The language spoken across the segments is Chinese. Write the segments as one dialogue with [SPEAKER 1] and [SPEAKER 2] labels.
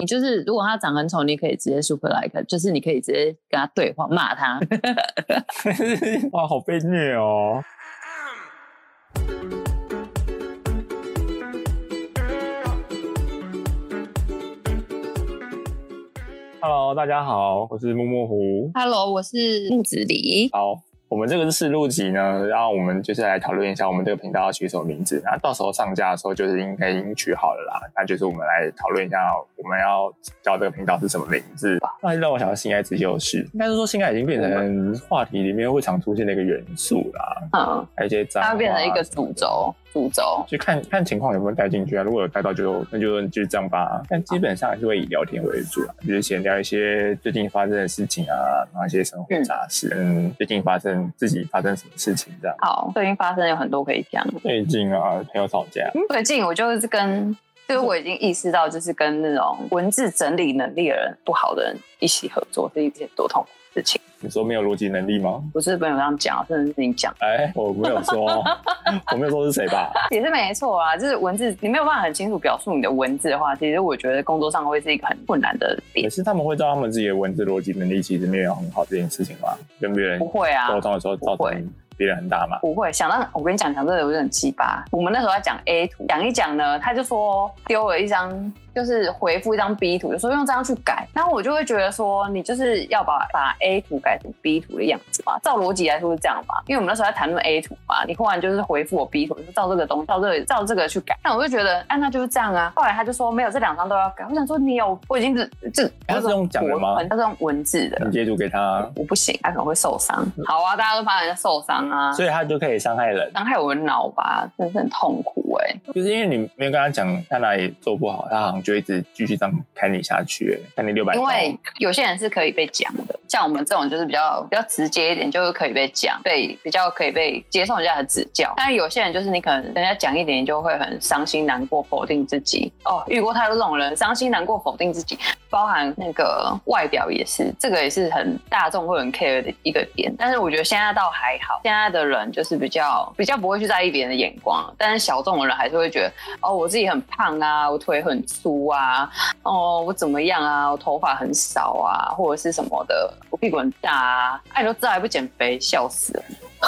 [SPEAKER 1] 你就是如果他长很丑，你可以直接 super like，就是你可以直接跟他对话骂 他。
[SPEAKER 2] 哇，好被虐哦！Hello，大家好，我是木木狐。
[SPEAKER 1] Hello，我是木子黎。
[SPEAKER 2] 好，我们这个是试录集呢，然后我们就是来讨论一下我们这个频道要取什么名字。那到时候上架的时候，就是应该已经取好了啦。那就是我们来讨论一下我们要叫这个频道是什么名字吧。那就让我想到性爱自修室，应该是说性爱已经变成话题里面会常出现的一个元素啦，
[SPEAKER 1] 嗯，
[SPEAKER 2] 还有一些脏话
[SPEAKER 1] 它会变成一个主轴，主轴。
[SPEAKER 2] 就看看情况有没有带进去啊。如果有带到就，那就就这样吧。啊但基本上还是会以聊天为主啊，就是闲聊一些最近发生的事情啊，然后一些生活杂事，嗯，最近发生自己发生什么事情这样。
[SPEAKER 1] 好，最近发生有很多可以讲。
[SPEAKER 2] 最近啊，朋友吵架，
[SPEAKER 1] 嗯最近我就是跟，就是我已经意识到，就是跟那种文字整理能力的人不好的人一起合作是一件多痛苦的事情。
[SPEAKER 2] 你说没有逻辑能力吗？
[SPEAKER 1] 不是朋友这样讲，真的是你讲。
[SPEAKER 2] 哎，我没 有说，我没有说是谁吧？
[SPEAKER 1] 也是没错啊，就是文字，你没有办法很清楚表述你的文字的话，其实我觉得工作上会是一个很困难的
[SPEAKER 2] 可
[SPEAKER 1] 点。
[SPEAKER 2] 是他们会知道他们自己的文字逻辑能力其实没有很好这件事情吗？跟别人
[SPEAKER 1] 不会啊，
[SPEAKER 2] 沟通的时候造
[SPEAKER 1] 不会
[SPEAKER 2] 成别人很大嘛？
[SPEAKER 1] 不会想到我跟你讲，讲这个有点鸡巴。我们那时候在讲 A 图，讲一讲呢，他就说丢了一张，就是回复一张 B 图，就说用这样去改。然后我就会觉得说，你就是要把把 A 图改成 B 图的样子嘛。照逻辑来说是这样吧，因为我们那时候在谈论 A 图嘛，你忽然就是回复我 B 图，你说照这个东西，照这个照这个去改。那我就觉得，哎、那就是这样啊。后来他就说没有，这两张都要改。我想说你有，我已经是这
[SPEAKER 2] 他是用讲的吗嗯
[SPEAKER 1] 我很他是用文字的。
[SPEAKER 2] 你截图给他，啊
[SPEAKER 1] 我不行，他可能会受伤。
[SPEAKER 2] 嗯
[SPEAKER 1] 好啊，大家都怕人家受伤啊。
[SPEAKER 2] 所以他就可以伤害人。
[SPEAKER 1] 伤害我的脑吧，真的是很痛苦哎、
[SPEAKER 2] 就是因为你没有跟他讲他哪里做不好，他好像就一直继续这样砍你下去，欸砍你六百。
[SPEAKER 1] 因为有些人是可以被讲的，像我们这种就是比较比较直接一点，就是可以被讲，被比较可以被接受人家的指教。但有些人就是你可能人家讲一点，你就会很伤心难过，否定自己。哦，遇过太多这种人，伤心难过，否定自己，包含那个外表也是，这个也是很大众会很 care 的一个点。但是我觉得现在倒还好，现在的人就是比较比较不会去在意别人的眼光，但是小众的人还是会觉得，哦，我自己很胖啊，我腿很粗啊，哦，我怎么样啊，我头发很少啊，或者是什么的，我屁股很大啊，哎，你都知道还不减肥，笑死了。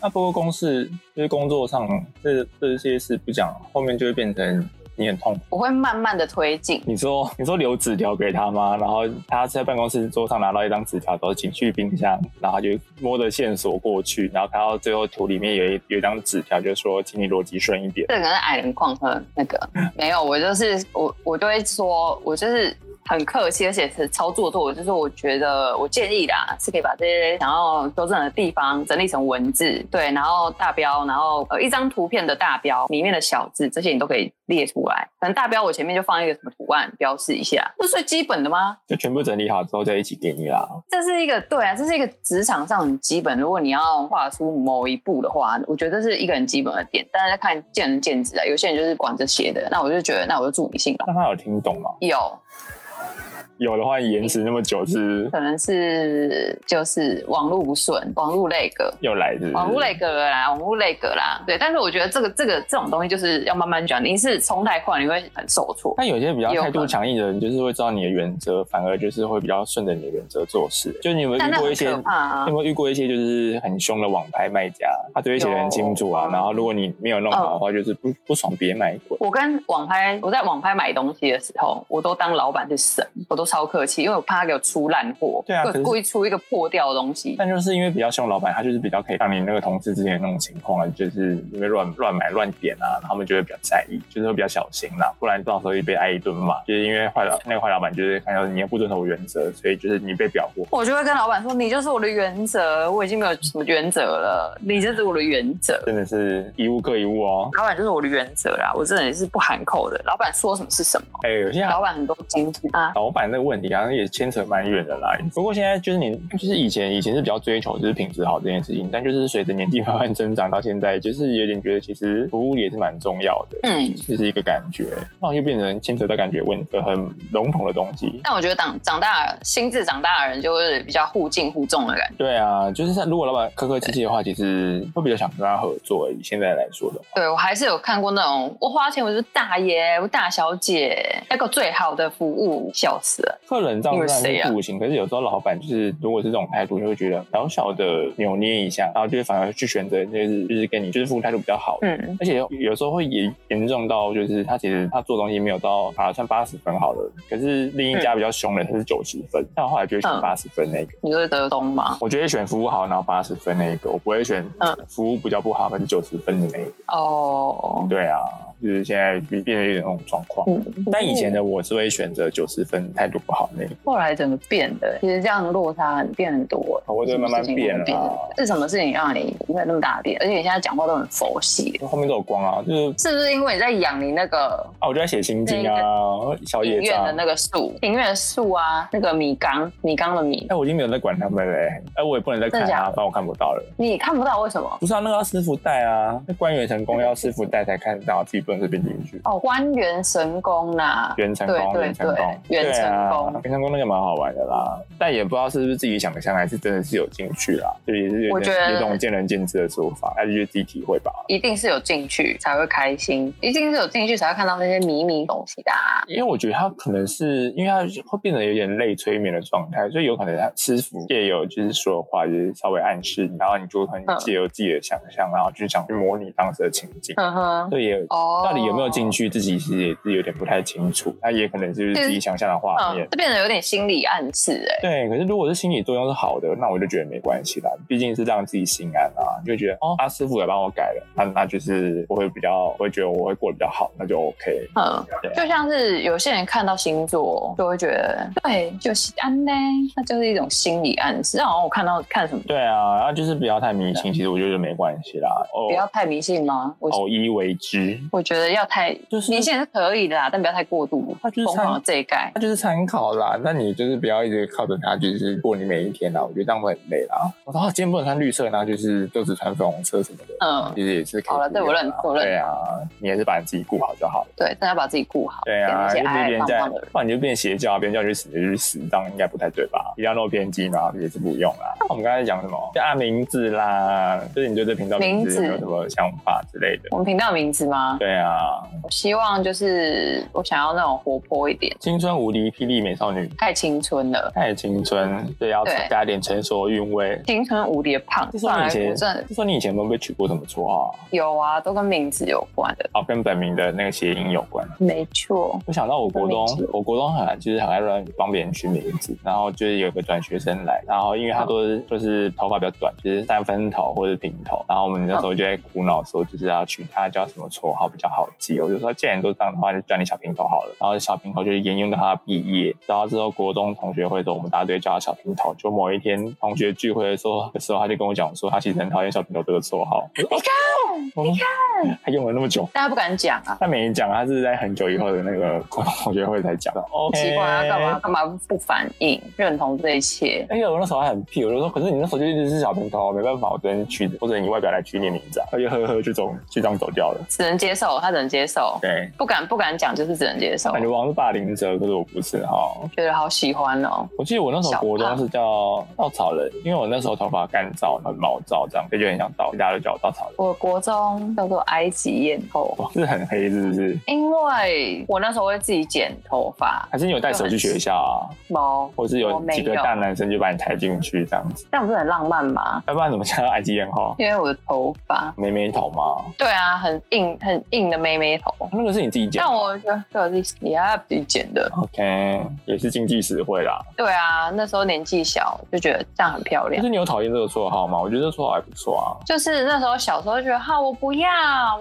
[SPEAKER 2] 那不过公事就是工作上这这些事不讲，后面就会变成你很痛苦。
[SPEAKER 1] 我会慢慢的推进，
[SPEAKER 2] 你说你说留纸条给他吗？然后他在办公室桌上拿到一张纸条，然后请去冰箱，然后他就摸着线索过去，然后看到最后图里面有一有一张纸条，就说请你逻辑顺一点。
[SPEAKER 1] 这个可能是矮人矿和那个没有，我就是我我就会说，我就是很客气，而且是超做作。我就是我觉得我建议啦，是可以把这些想要修正的地方整理成文字，对，然后大标，然后呃一张图片的大标里面的小字，这些你都可以列出来。可能大标我前面就放一个什么图案标示一下，这是最基本的吗？
[SPEAKER 2] 就全部整理好之后再一起给你啦。
[SPEAKER 1] 这是一个对啊，这是一个职场上很基本。如果你要画出某一步的话，我觉得这是一个很基本的点。但是看见仁见智啊，有些人就是管这些的，那我就觉得，那我就祝你幸吧。
[SPEAKER 2] 那他有听懂吗？
[SPEAKER 1] 有
[SPEAKER 2] 有的话延迟那么久是
[SPEAKER 1] 可能是就是网络不顺，网络那个。
[SPEAKER 2] 又来的。
[SPEAKER 1] 网络那个啦，网络那个啦，对。但是我觉得这个这个这种东西就是要慢慢讲，你是冲太快，你会很受挫。
[SPEAKER 2] 但有些比较
[SPEAKER 1] 也有
[SPEAKER 2] 态
[SPEAKER 1] 可
[SPEAKER 2] 度
[SPEAKER 1] 能
[SPEAKER 2] 强硬的人，就是会知道你的原则，反而就是会比较顺着你的原则做事。就你有没有
[SPEAKER 1] 但
[SPEAKER 2] 遇
[SPEAKER 1] 那
[SPEAKER 2] 过
[SPEAKER 1] 很
[SPEAKER 2] 一些？
[SPEAKER 1] 可
[SPEAKER 2] 你
[SPEAKER 1] 怕啊
[SPEAKER 2] 有！没有遇过一些就是很凶的网拍卖家？他就会写的很清楚啊
[SPEAKER 1] 有，哦
[SPEAKER 2] 然后如果你没有弄好的话，就是不不爽别买滚。
[SPEAKER 1] 我跟网拍，我在网拍买东西的时候，我都当老板去审，我都超客气，因为我怕他给我出烂货，
[SPEAKER 2] 对啊
[SPEAKER 1] 就
[SPEAKER 2] 可是
[SPEAKER 1] 故意出一个破掉的东西。
[SPEAKER 2] 但就是因为比较凶，老板他就是比较可以让你那个同事之前的那种情况啊，就是因为乱乱买乱点啊，他们就会比较在意，就是会比较小心啦，不然到时候就被挨一顿骂。就是因为坏老那个坏老板就是看到你又不遵守原则，所以就是你被表过。
[SPEAKER 1] 我就会跟老板说：“你就是我的原则，我已经没有什么原则了，你就是我的原则。
[SPEAKER 2] 真的是一物克一物哦”。
[SPEAKER 1] 老板就是我的原则啦，我这人也是不含扣的。老板说什么是什么，
[SPEAKER 2] 哎、有些
[SPEAKER 1] 老板很多金句啊，
[SPEAKER 2] 老板那那个问题，好像也牵扯蛮远的啦。不过现在就是你，就是以前以前是比较追求就是品质好这件事情，但就是随着年纪慢慢增长，到现在就是有点觉得其实服务也是蛮重要的，
[SPEAKER 1] 嗯，
[SPEAKER 2] 这是一个感觉，然后又变成牵扯到感觉问呃很笼统的东西。
[SPEAKER 1] 但我觉得长长大了心智长大的人，就是比较互敬互重的感觉。
[SPEAKER 2] 对啊，就是像如果老板客客气气的话，其实会比较想跟他合作。欸以现在来说的话，
[SPEAKER 1] 对我还是有看过那种，我花钱我就是大爷，我大小姐，要给我最好的服务，笑死了。
[SPEAKER 2] 客人这样当
[SPEAKER 1] 因为谁
[SPEAKER 2] 然
[SPEAKER 1] 啊
[SPEAKER 2] 是不行，可是有时候老板就是如果是这种态度，就会觉得小小的扭捏一下，然后就会反而去选择就是就是跟你就是服务态度比较好的。
[SPEAKER 1] 嗯，
[SPEAKER 2] 而且有有时候会严严重到，就是他其实他做东西没有到啊，算八十分好了，可是另一家比较凶的，他是九十分，但我后来就会选
[SPEAKER 1] 嗯
[SPEAKER 2] 八十分那个。
[SPEAKER 1] 你就是德东吗？
[SPEAKER 2] 我觉得选服务好，然后八十分那一个，我不会选
[SPEAKER 1] 嗯
[SPEAKER 2] 服务比较不好，可是九十分的那一个。
[SPEAKER 1] 哦，
[SPEAKER 2] 对啊，就是现在变变得有点那种状况。
[SPEAKER 1] 嗯，
[SPEAKER 2] 但以前的我是会选择九十分态度不好那一个。
[SPEAKER 1] 后来整个变的，其实这样落差很变很多。
[SPEAKER 2] 我觉得慢慢
[SPEAKER 1] 什么事情都
[SPEAKER 2] 变了啊
[SPEAKER 1] 是什么事情让你没有那么大的变？而且你现在讲话都很佛系，
[SPEAKER 2] 后面都有光啊，就是
[SPEAKER 1] 是不是因为你在养你那个
[SPEAKER 2] 啊，我就在写心经啊，小
[SPEAKER 1] 庭
[SPEAKER 2] 野
[SPEAKER 1] 院
[SPEAKER 2] 账
[SPEAKER 1] 的。那个树，庭院的树啊，那个米缸，米缸的米，
[SPEAKER 2] 哎，我已经没有在管他们嘞、哎、我也不能再
[SPEAKER 1] 真
[SPEAKER 2] 看
[SPEAKER 1] 的假
[SPEAKER 2] 啊，
[SPEAKER 1] 的
[SPEAKER 2] 反正我看不到了。
[SPEAKER 1] 你看不到为什么？
[SPEAKER 2] 不是啊，那个要师傅带啊，那官员成功要师傅带才看到，自己不能随便进去。
[SPEAKER 1] 哦，官员神功呐、
[SPEAKER 2] 袁成功，
[SPEAKER 1] 对
[SPEAKER 2] 袁成功，
[SPEAKER 1] 对对袁成功
[SPEAKER 2] 对啊袁成功那个蛮好玩的啦，但也不知道是不是自己想象，还是真的是有进去啦，就也是有
[SPEAKER 1] 我觉得
[SPEAKER 2] 点有种见仁见智的说法，还是就自己体会吧。
[SPEAKER 1] 一定是有进去才会开心，一定是有进去才会看到那些迷迷东西的、啊。
[SPEAKER 2] 因为我觉得他可能是因为他会变得有点类催眠的状态，所以有可能他师傅借由就是说话，就是稍微暗示你，然后你就很
[SPEAKER 1] 嗯
[SPEAKER 2] 借由自己的想象，然后去想去模拟当时的情境。
[SPEAKER 1] 哼哼，
[SPEAKER 2] 所以也
[SPEAKER 1] 哦，
[SPEAKER 2] 到底有没有进？去，自己其实也是有点不太清楚。那也可能就是自己想象的画面
[SPEAKER 1] 嗯，。这变得有点心理暗示哎、
[SPEAKER 2] 对，可是如果是心理作用是好的，那我就觉得没关系啦，毕竟是让自己心安啊，就会觉得哦，他师傅也帮我改了，那那就是我会比较，我会觉得我会过得比较好，那就 OK。
[SPEAKER 1] 嗯
[SPEAKER 2] 对，
[SPEAKER 1] 就像是有些人看到星座，就会觉得对，就是安呢，那就是一种心理暗示。那好像我看到看什么，
[SPEAKER 2] 对啊，然后就是不要太迷信，其实我觉得没关系啦，
[SPEAKER 1] 不要
[SPEAKER 2] 偶
[SPEAKER 1] 太迷信吗？我、
[SPEAKER 2] 偶一为之，
[SPEAKER 1] 我觉得要太
[SPEAKER 2] 哦就是
[SPEAKER 1] 迷信是可以的啦，但不要太过度
[SPEAKER 2] 它就是
[SPEAKER 1] 疯狂
[SPEAKER 2] 参
[SPEAKER 1] 的这一概。
[SPEAKER 2] 它就是参考啦，那你就是不要一直靠着它，就是过你每一天啦，啊我觉得这样会很累啦。我说、哦、今天不能穿绿色，然后就是就只穿粉红色什么的。
[SPEAKER 1] 嗯，
[SPEAKER 2] 其实也是可以
[SPEAKER 1] 好了对
[SPEAKER 2] 不用
[SPEAKER 1] 我认
[SPEAKER 2] 啦
[SPEAKER 1] 我认
[SPEAKER 2] 对啊，你还是把你自己顾好就好了。
[SPEAKER 1] 对，大家把自己顾好，
[SPEAKER 2] 对啊，
[SPEAKER 1] 给
[SPEAKER 2] 就
[SPEAKER 1] 那些
[SPEAKER 2] 是
[SPEAKER 1] 矮
[SPEAKER 2] 别
[SPEAKER 1] 矮
[SPEAKER 2] 人
[SPEAKER 1] 胖
[SPEAKER 2] 在
[SPEAKER 1] 胖的人，。
[SPEAKER 2] 不然你就变邪教啊，别人叫你去死就去死，这样应该不太对吧？一定要那么偏激嘛，也是不用啦。那我们刚才讲什么？就按名字啦，就是你对这频道名
[SPEAKER 1] 名字
[SPEAKER 2] 字有没有什么想法之类的？
[SPEAKER 1] 我们频道名字吗？
[SPEAKER 2] 对啊，
[SPEAKER 1] 我希望就是我想要那种活泼一点，
[SPEAKER 2] 青春无敌霹雳美少女，
[SPEAKER 1] 太青春了，
[SPEAKER 2] 太青春，对，要
[SPEAKER 1] 对
[SPEAKER 2] 加点成熟韵味。
[SPEAKER 1] 青春无敌的胖。
[SPEAKER 2] 就说
[SPEAKER 1] 算来
[SPEAKER 2] 你以
[SPEAKER 1] 我
[SPEAKER 2] 前，
[SPEAKER 1] 真的
[SPEAKER 2] 就说你以前有没有被取过什么绰号啊？
[SPEAKER 1] 有啊，都跟名字有关的，
[SPEAKER 2] 哦，跟本名的那个谐音有关。
[SPEAKER 1] 没错。
[SPEAKER 2] 我想到我国
[SPEAKER 1] 跟名
[SPEAKER 2] 中
[SPEAKER 1] 字，
[SPEAKER 2] 我国中很爱就是很爱乱帮别人取名字，然后就是有个转学生来，然后因为他都是就是头发比较短，就是三分头或者平头，然后我们那时候就在苦恼说，就是要取他叫什么绰号比较好记。我就说，既然都这样的话，就叫你小平头好了。然后小平头就是沿用到他毕业，然后之后国中同学会的时候，我们大家都会叫他小平头。就某一天同学聚会的时候的时候，他就跟我讲说，他其实很讨厌小平头这个绰号。你看，你看，他用了那么久。
[SPEAKER 1] 大家不敢讲啊，
[SPEAKER 2] 他没讲，他是在很久以后的那个共 同同学会才讲的。OK，
[SPEAKER 1] 奇怪，他干嘛？干嘛不反应，认同这一切？
[SPEAKER 2] 而且哎我那时候还很屁，我就说，可是你那时候就一直是小平头，没办法，我只能取，或者你外表来取你的名字啊。他就呵呵，就走，就这样走掉了。
[SPEAKER 1] 只能接受，他只能接受，
[SPEAKER 2] 对，
[SPEAKER 1] 不敢不敢讲，就是只能接受。
[SPEAKER 2] 感觉我好像是霸凌者，可是我不是哈。
[SPEAKER 1] 觉得好喜欢哦，
[SPEAKER 2] 我记得我那时候国中是叫稻草人，因为我那时候头发干燥，很毛躁，这样所以就很想稻，大家都叫我稻草人。
[SPEAKER 1] 我国中叫做埃及艳后，
[SPEAKER 2] 哇，是很黑，是不是？
[SPEAKER 1] 因为我那时候会自己剪头发，
[SPEAKER 2] 还是你有带手去学校啊？
[SPEAKER 1] 毛，
[SPEAKER 2] 或是
[SPEAKER 1] 我
[SPEAKER 2] 有
[SPEAKER 1] 没
[SPEAKER 2] 几个
[SPEAKER 1] 有
[SPEAKER 2] 大男生就把你抬进去这样子？
[SPEAKER 1] 这样不是很浪漫吗？
[SPEAKER 2] 要不然怎么叫埃及艳 后？
[SPEAKER 1] 因为我的头发，
[SPEAKER 2] 妹妹头吗？
[SPEAKER 1] 对啊，很硬很硬的妹妹头，
[SPEAKER 2] 那个是你自己剪的
[SPEAKER 1] 但我觉得对我自己也要自己剪的。
[SPEAKER 2] ，OK，也是经济实惠啦。
[SPEAKER 1] 对啊，那时候年纪小就觉得这样很漂
[SPEAKER 2] 可
[SPEAKER 1] 亮。
[SPEAKER 2] 是你有讨厌这个绰号吗？我觉得这绰号还不错啊。
[SPEAKER 1] 就是那时候小时候觉得哈，我不要，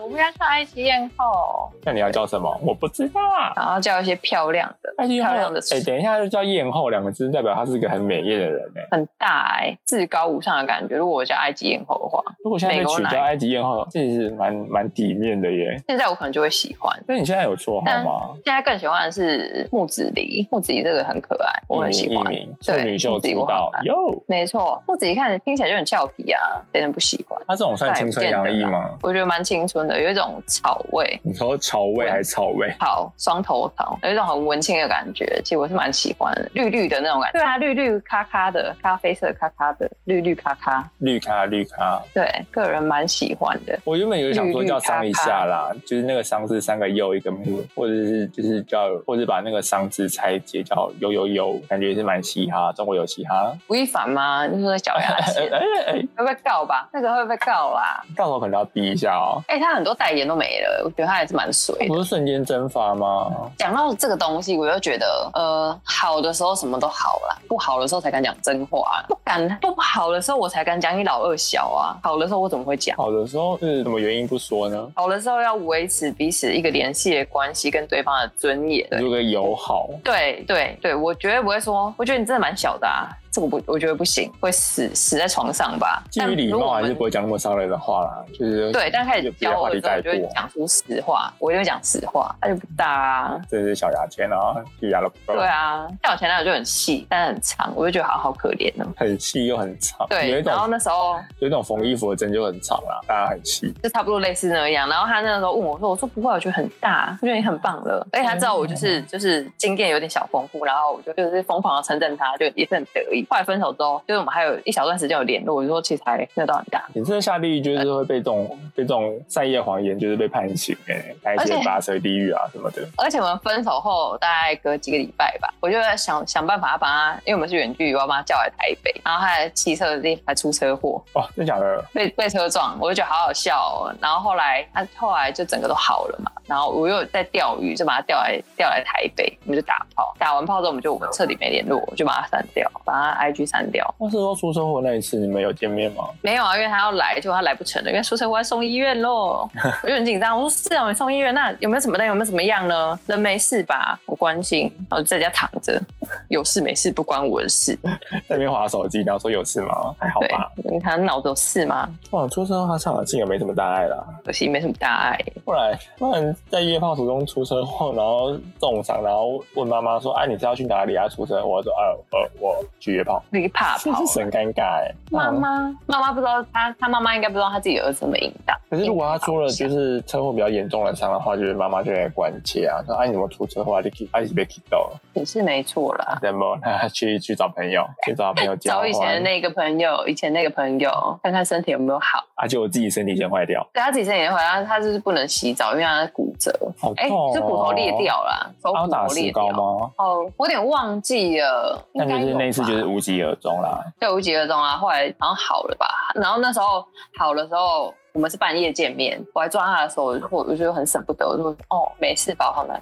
[SPEAKER 1] 我不要看埃及艳后，
[SPEAKER 2] 那你要叫什么？我不知道啊。
[SPEAKER 1] 然后叫一些漂亮的，
[SPEAKER 2] 那就
[SPEAKER 1] 漂亮的
[SPEAKER 2] 哎、等一下就叫艳后两个字，代表她是一个很美艳的人哎、
[SPEAKER 1] 很大哎、至高无上的感觉。如果我叫埃及艳后的话，
[SPEAKER 2] 如果现在被取
[SPEAKER 1] 美国
[SPEAKER 2] 叫
[SPEAKER 1] 来
[SPEAKER 2] 埃及艳后，这也是蛮蛮体面的耶。
[SPEAKER 1] 现在我可能就会喜欢。
[SPEAKER 2] 那你现在有绰号吗？
[SPEAKER 1] 现在更喜欢的是木子梨，木子梨这个很可爱， 我很喜欢。
[SPEAKER 2] 艺名处
[SPEAKER 1] 对
[SPEAKER 2] 女秀
[SPEAKER 1] 自
[SPEAKER 2] 出
[SPEAKER 1] 己我
[SPEAKER 2] 道
[SPEAKER 1] 很爱
[SPEAKER 2] 哟，
[SPEAKER 1] 没错，木子梨看着听起来就很俏皮啊，谁能不喜欢？
[SPEAKER 2] 他这种算
[SPEAKER 1] 但也
[SPEAKER 2] 青
[SPEAKER 1] 不
[SPEAKER 2] 春
[SPEAKER 1] 见
[SPEAKER 2] 洋
[SPEAKER 1] 得
[SPEAKER 2] 溢
[SPEAKER 1] 啦
[SPEAKER 2] 吗？
[SPEAKER 1] 我觉得蛮青春的，有一种草味。
[SPEAKER 2] 你说草味还是草味？
[SPEAKER 1] 草双头草，有一种很文青的感觉，其实我是蛮喜欢的，绿绿的那种感觉。对啊，绿绿咔咔的，咖啡色咔咔的，绿绿咔咔，
[SPEAKER 2] 绿咖绿咖，
[SPEAKER 1] 对，个人蛮喜欢的。
[SPEAKER 2] 我原本有想说
[SPEAKER 1] 绿绿
[SPEAKER 2] 叫桑一下啦，就是那个桑是三个又一个木，或者是就是叫，或者把那个桑字拆解叫呦呦呦，感觉也是蛮嘻哈，中国有嘻 哈。
[SPEAKER 1] 吴亦凡吗？就是在脚牙
[SPEAKER 2] 哎
[SPEAKER 1] 签，
[SPEAKER 2] 哎哎，
[SPEAKER 1] 会被告吧？那个会被告啦。
[SPEAKER 2] 到时候可能要逼一下哦。
[SPEAKER 1] 哎、他很多代言都没了，我觉得他还是蛮水的。
[SPEAKER 2] 不是瞬间蒸发吗？
[SPEAKER 1] 讲到这个东西，我就觉得，呃，好的时候什么都好啦，不好的时候才敢讲真话、啊不敢不好的时候我才敢讲你老二小啊，好的时候我怎么会讲？
[SPEAKER 2] 好的时候是什么原因不说呢？
[SPEAKER 1] 好的时候要维持彼此一个联系的关系跟对方的尊严。对
[SPEAKER 2] 如果友好，
[SPEAKER 1] 对对对，我绝对不会说，我觉得你真的蛮小的啊，这个不，我觉得不行，会死死在床上吧。
[SPEAKER 2] 基
[SPEAKER 1] 但
[SPEAKER 2] 于礼
[SPEAKER 1] 如果
[SPEAKER 2] 貌
[SPEAKER 1] 我
[SPEAKER 2] 还
[SPEAKER 1] 们
[SPEAKER 2] 是不会讲那么伤人的话啦。就是
[SPEAKER 1] 对，但开始
[SPEAKER 2] 就别
[SPEAKER 1] 教
[SPEAKER 2] 话
[SPEAKER 1] 我
[SPEAKER 2] 题
[SPEAKER 1] 的时候，
[SPEAKER 2] 带
[SPEAKER 1] 我就会
[SPEAKER 2] 过，
[SPEAKER 1] 讲出实话，我就会讲实话，他就不搭啊。
[SPEAKER 2] 这是小牙签啊， 去牙了不够
[SPEAKER 1] 对，啊，像我前男友就很细，但很长，我就觉得好好可怜哦。
[SPEAKER 2] 很细又很长，有
[SPEAKER 1] 对，
[SPEAKER 2] 一
[SPEAKER 1] 然后
[SPEAKER 2] 种
[SPEAKER 1] 那时候
[SPEAKER 2] 有一种缝衣服的针就很长啦，大家很细。
[SPEAKER 1] 就差不多类似那样。然后他那时候问我说：“我说不会，我觉得很大，我觉得你很棒了。”而且他知道我就是就是经验有点小丰富，然后我就就是疯狂的称赞他，就也是很得意。后来分手之后，就是我们还有一小段时间有联络，我就说其实还没有到很大。
[SPEAKER 2] 你这下地狱就是会被这种
[SPEAKER 1] 呃
[SPEAKER 2] 被这种善意的谎言就是被判刑哎、欸，开
[SPEAKER 1] 而
[SPEAKER 2] 些
[SPEAKER 1] 且
[SPEAKER 2] 拔舌地狱啊什么的。
[SPEAKER 1] 而且我们分手后大概隔几个礼拜吧，我就在想想办法把他，因为我们是远距离，我要把他叫来台北，然后他还骑车的地还出车祸，
[SPEAKER 2] 哇，哦真假的？
[SPEAKER 1] 被被车撞，我就觉得好好笑哦。然后后来他后来就整个都好了嘛。然后我又在钓鱼，就把他钓来钓来台北，我们就打炮。打完炮之后，我们就彻底没联络，我就把他删掉，把他 IG 删掉。
[SPEAKER 2] 那是说出车祸那一次你们有见面吗？
[SPEAKER 1] 没有啊，因为他要来，结果他来不成了，因为出车祸要送医院 喽。我就很紧张，我说是啊，我送医院，那有没有什么的，有没有什么样呢？人没事吧？我关心，然后就在家躺着，有事没事不关我的事。
[SPEAKER 2] 在那边划手机，然后说有事吗？还好
[SPEAKER 1] 对
[SPEAKER 2] 吧。，
[SPEAKER 1] 你看脑子有事吗？
[SPEAKER 2] 哇，出车祸他上了镜也没什么大碍啦。
[SPEAKER 1] 可惜没什么大碍。
[SPEAKER 2] 不然不然在夜跑途中出车祸，然后重伤，然后问妈妈说：“哎、你是要去哪里啊？”出车祸，我说：“啊，呃，我去夜跑。
[SPEAKER 1] 那个怕”
[SPEAKER 2] 这
[SPEAKER 1] 跑啊
[SPEAKER 2] 是很尴尬哎、
[SPEAKER 1] 妈
[SPEAKER 2] 嗯。
[SPEAKER 1] 妈，妈妈不知道她，她妈妈应该不知道她自己儿子怎么引导。
[SPEAKER 2] 可是如果他出了就是车祸比较严重的伤的话，就是妈妈就会关切啊，说：“哎、你怎么出车祸啊？就 k 啊，一直被 k 到了。
[SPEAKER 1] 也是没错啦。”
[SPEAKER 2] 然后他 去去找朋友，去找朋友交
[SPEAKER 1] 找以前的
[SPEAKER 2] 换，
[SPEAKER 1] 那个朋友，以前那个朋友，看看身体有没有好。
[SPEAKER 2] 而啊且我自己身体先坏掉，
[SPEAKER 1] 对他自己身体也会，他他就是不能洗澡，因为他骨折，
[SPEAKER 2] 好
[SPEAKER 1] 哎、
[SPEAKER 2] 痛、哦！
[SPEAKER 1] 是骨头裂，掉啦，手
[SPEAKER 2] 他有
[SPEAKER 1] 骨
[SPEAKER 2] 啊打
[SPEAKER 1] 头
[SPEAKER 2] 石
[SPEAKER 1] 裂
[SPEAKER 2] 膏
[SPEAKER 1] 掉。
[SPEAKER 2] 吗？
[SPEAKER 1] 哦，我有点忘记了，
[SPEAKER 2] 那
[SPEAKER 1] 应该
[SPEAKER 2] 就是
[SPEAKER 1] 有
[SPEAKER 2] 那一次
[SPEAKER 1] 吧
[SPEAKER 2] 就是无疾而终啦。
[SPEAKER 1] 对无疾而终啊。后来然后好了吧，然后那时候好的时候，我们是半夜见面，我还抓他的时候，我就我我就很舍不得，我就说哦没事吧，我好难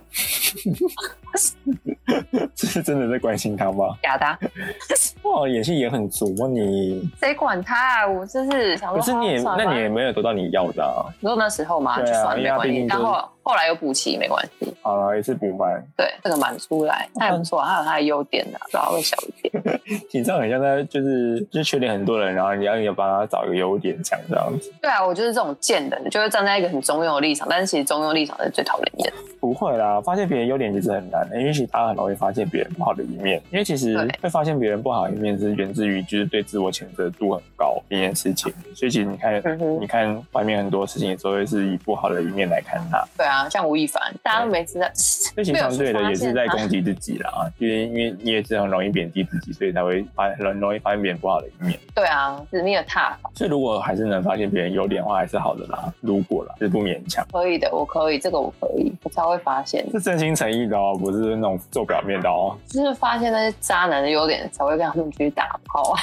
[SPEAKER 2] 这是真的在关心他吗？
[SPEAKER 1] 假的啊，
[SPEAKER 2] 哇，演戏也很足啊你。
[SPEAKER 1] 谁管他、啊？我就是想说，
[SPEAKER 2] 可是你也，
[SPEAKER 1] 啊算了
[SPEAKER 2] 那你也没有得到你要的啊。
[SPEAKER 1] 你说那时候嘛，
[SPEAKER 2] 对啊
[SPEAKER 1] 就算了，
[SPEAKER 2] 因为
[SPEAKER 1] 没
[SPEAKER 2] 他
[SPEAKER 1] 关
[SPEAKER 2] 毕
[SPEAKER 1] 系
[SPEAKER 2] 竟。
[SPEAKER 1] 但
[SPEAKER 2] 就是
[SPEAKER 1] 后后来又补齐，没关系。
[SPEAKER 2] 好了，一次补满，
[SPEAKER 1] 对，这个满出 来，那也不错，还有他的优点啊的，主要会小一点。
[SPEAKER 2] 你这样很像在就是就是缺点很多人，然后你要你要帮他找一个优点讲这样子。
[SPEAKER 1] 对啊，我就是这种贱人，就会站在一个很中庸的立场，但是其实中庸立场是最讨人厌的。
[SPEAKER 2] 不会啦，发现别人优点其实很难，因为其实大家很容易发现别人不好的一面。因为其实
[SPEAKER 1] 对
[SPEAKER 2] 会发现别人不好的一面是源自于就是对自我谴责度很高这件事情。所以其实你看，
[SPEAKER 1] 嗯哼
[SPEAKER 2] 你看外面很多事情也都会是以不好的一面来看它。
[SPEAKER 1] 对啊，像吴亦凡，大家都没知道，
[SPEAKER 2] 这其实
[SPEAKER 1] 没有
[SPEAKER 2] 相对的
[SPEAKER 1] 去发
[SPEAKER 2] 也是
[SPEAKER 1] 现
[SPEAKER 2] 在
[SPEAKER 1] 他
[SPEAKER 2] 攻击自己啦，因为因为你也是很容易贬低自己，所以才会发很容易发现别人不好的一面。
[SPEAKER 1] 对啊，死命的踏法
[SPEAKER 2] 所以如果还是能发现别人优点的话，还是好的啦。如果啦，就是不勉强，
[SPEAKER 1] 可以的，我可以，这个我可以，我超会发现，
[SPEAKER 2] 是真心诚意的哦，不是那种做表面的哦。
[SPEAKER 1] 就是发现那些渣男的优点，才会跟他们去打炮啊。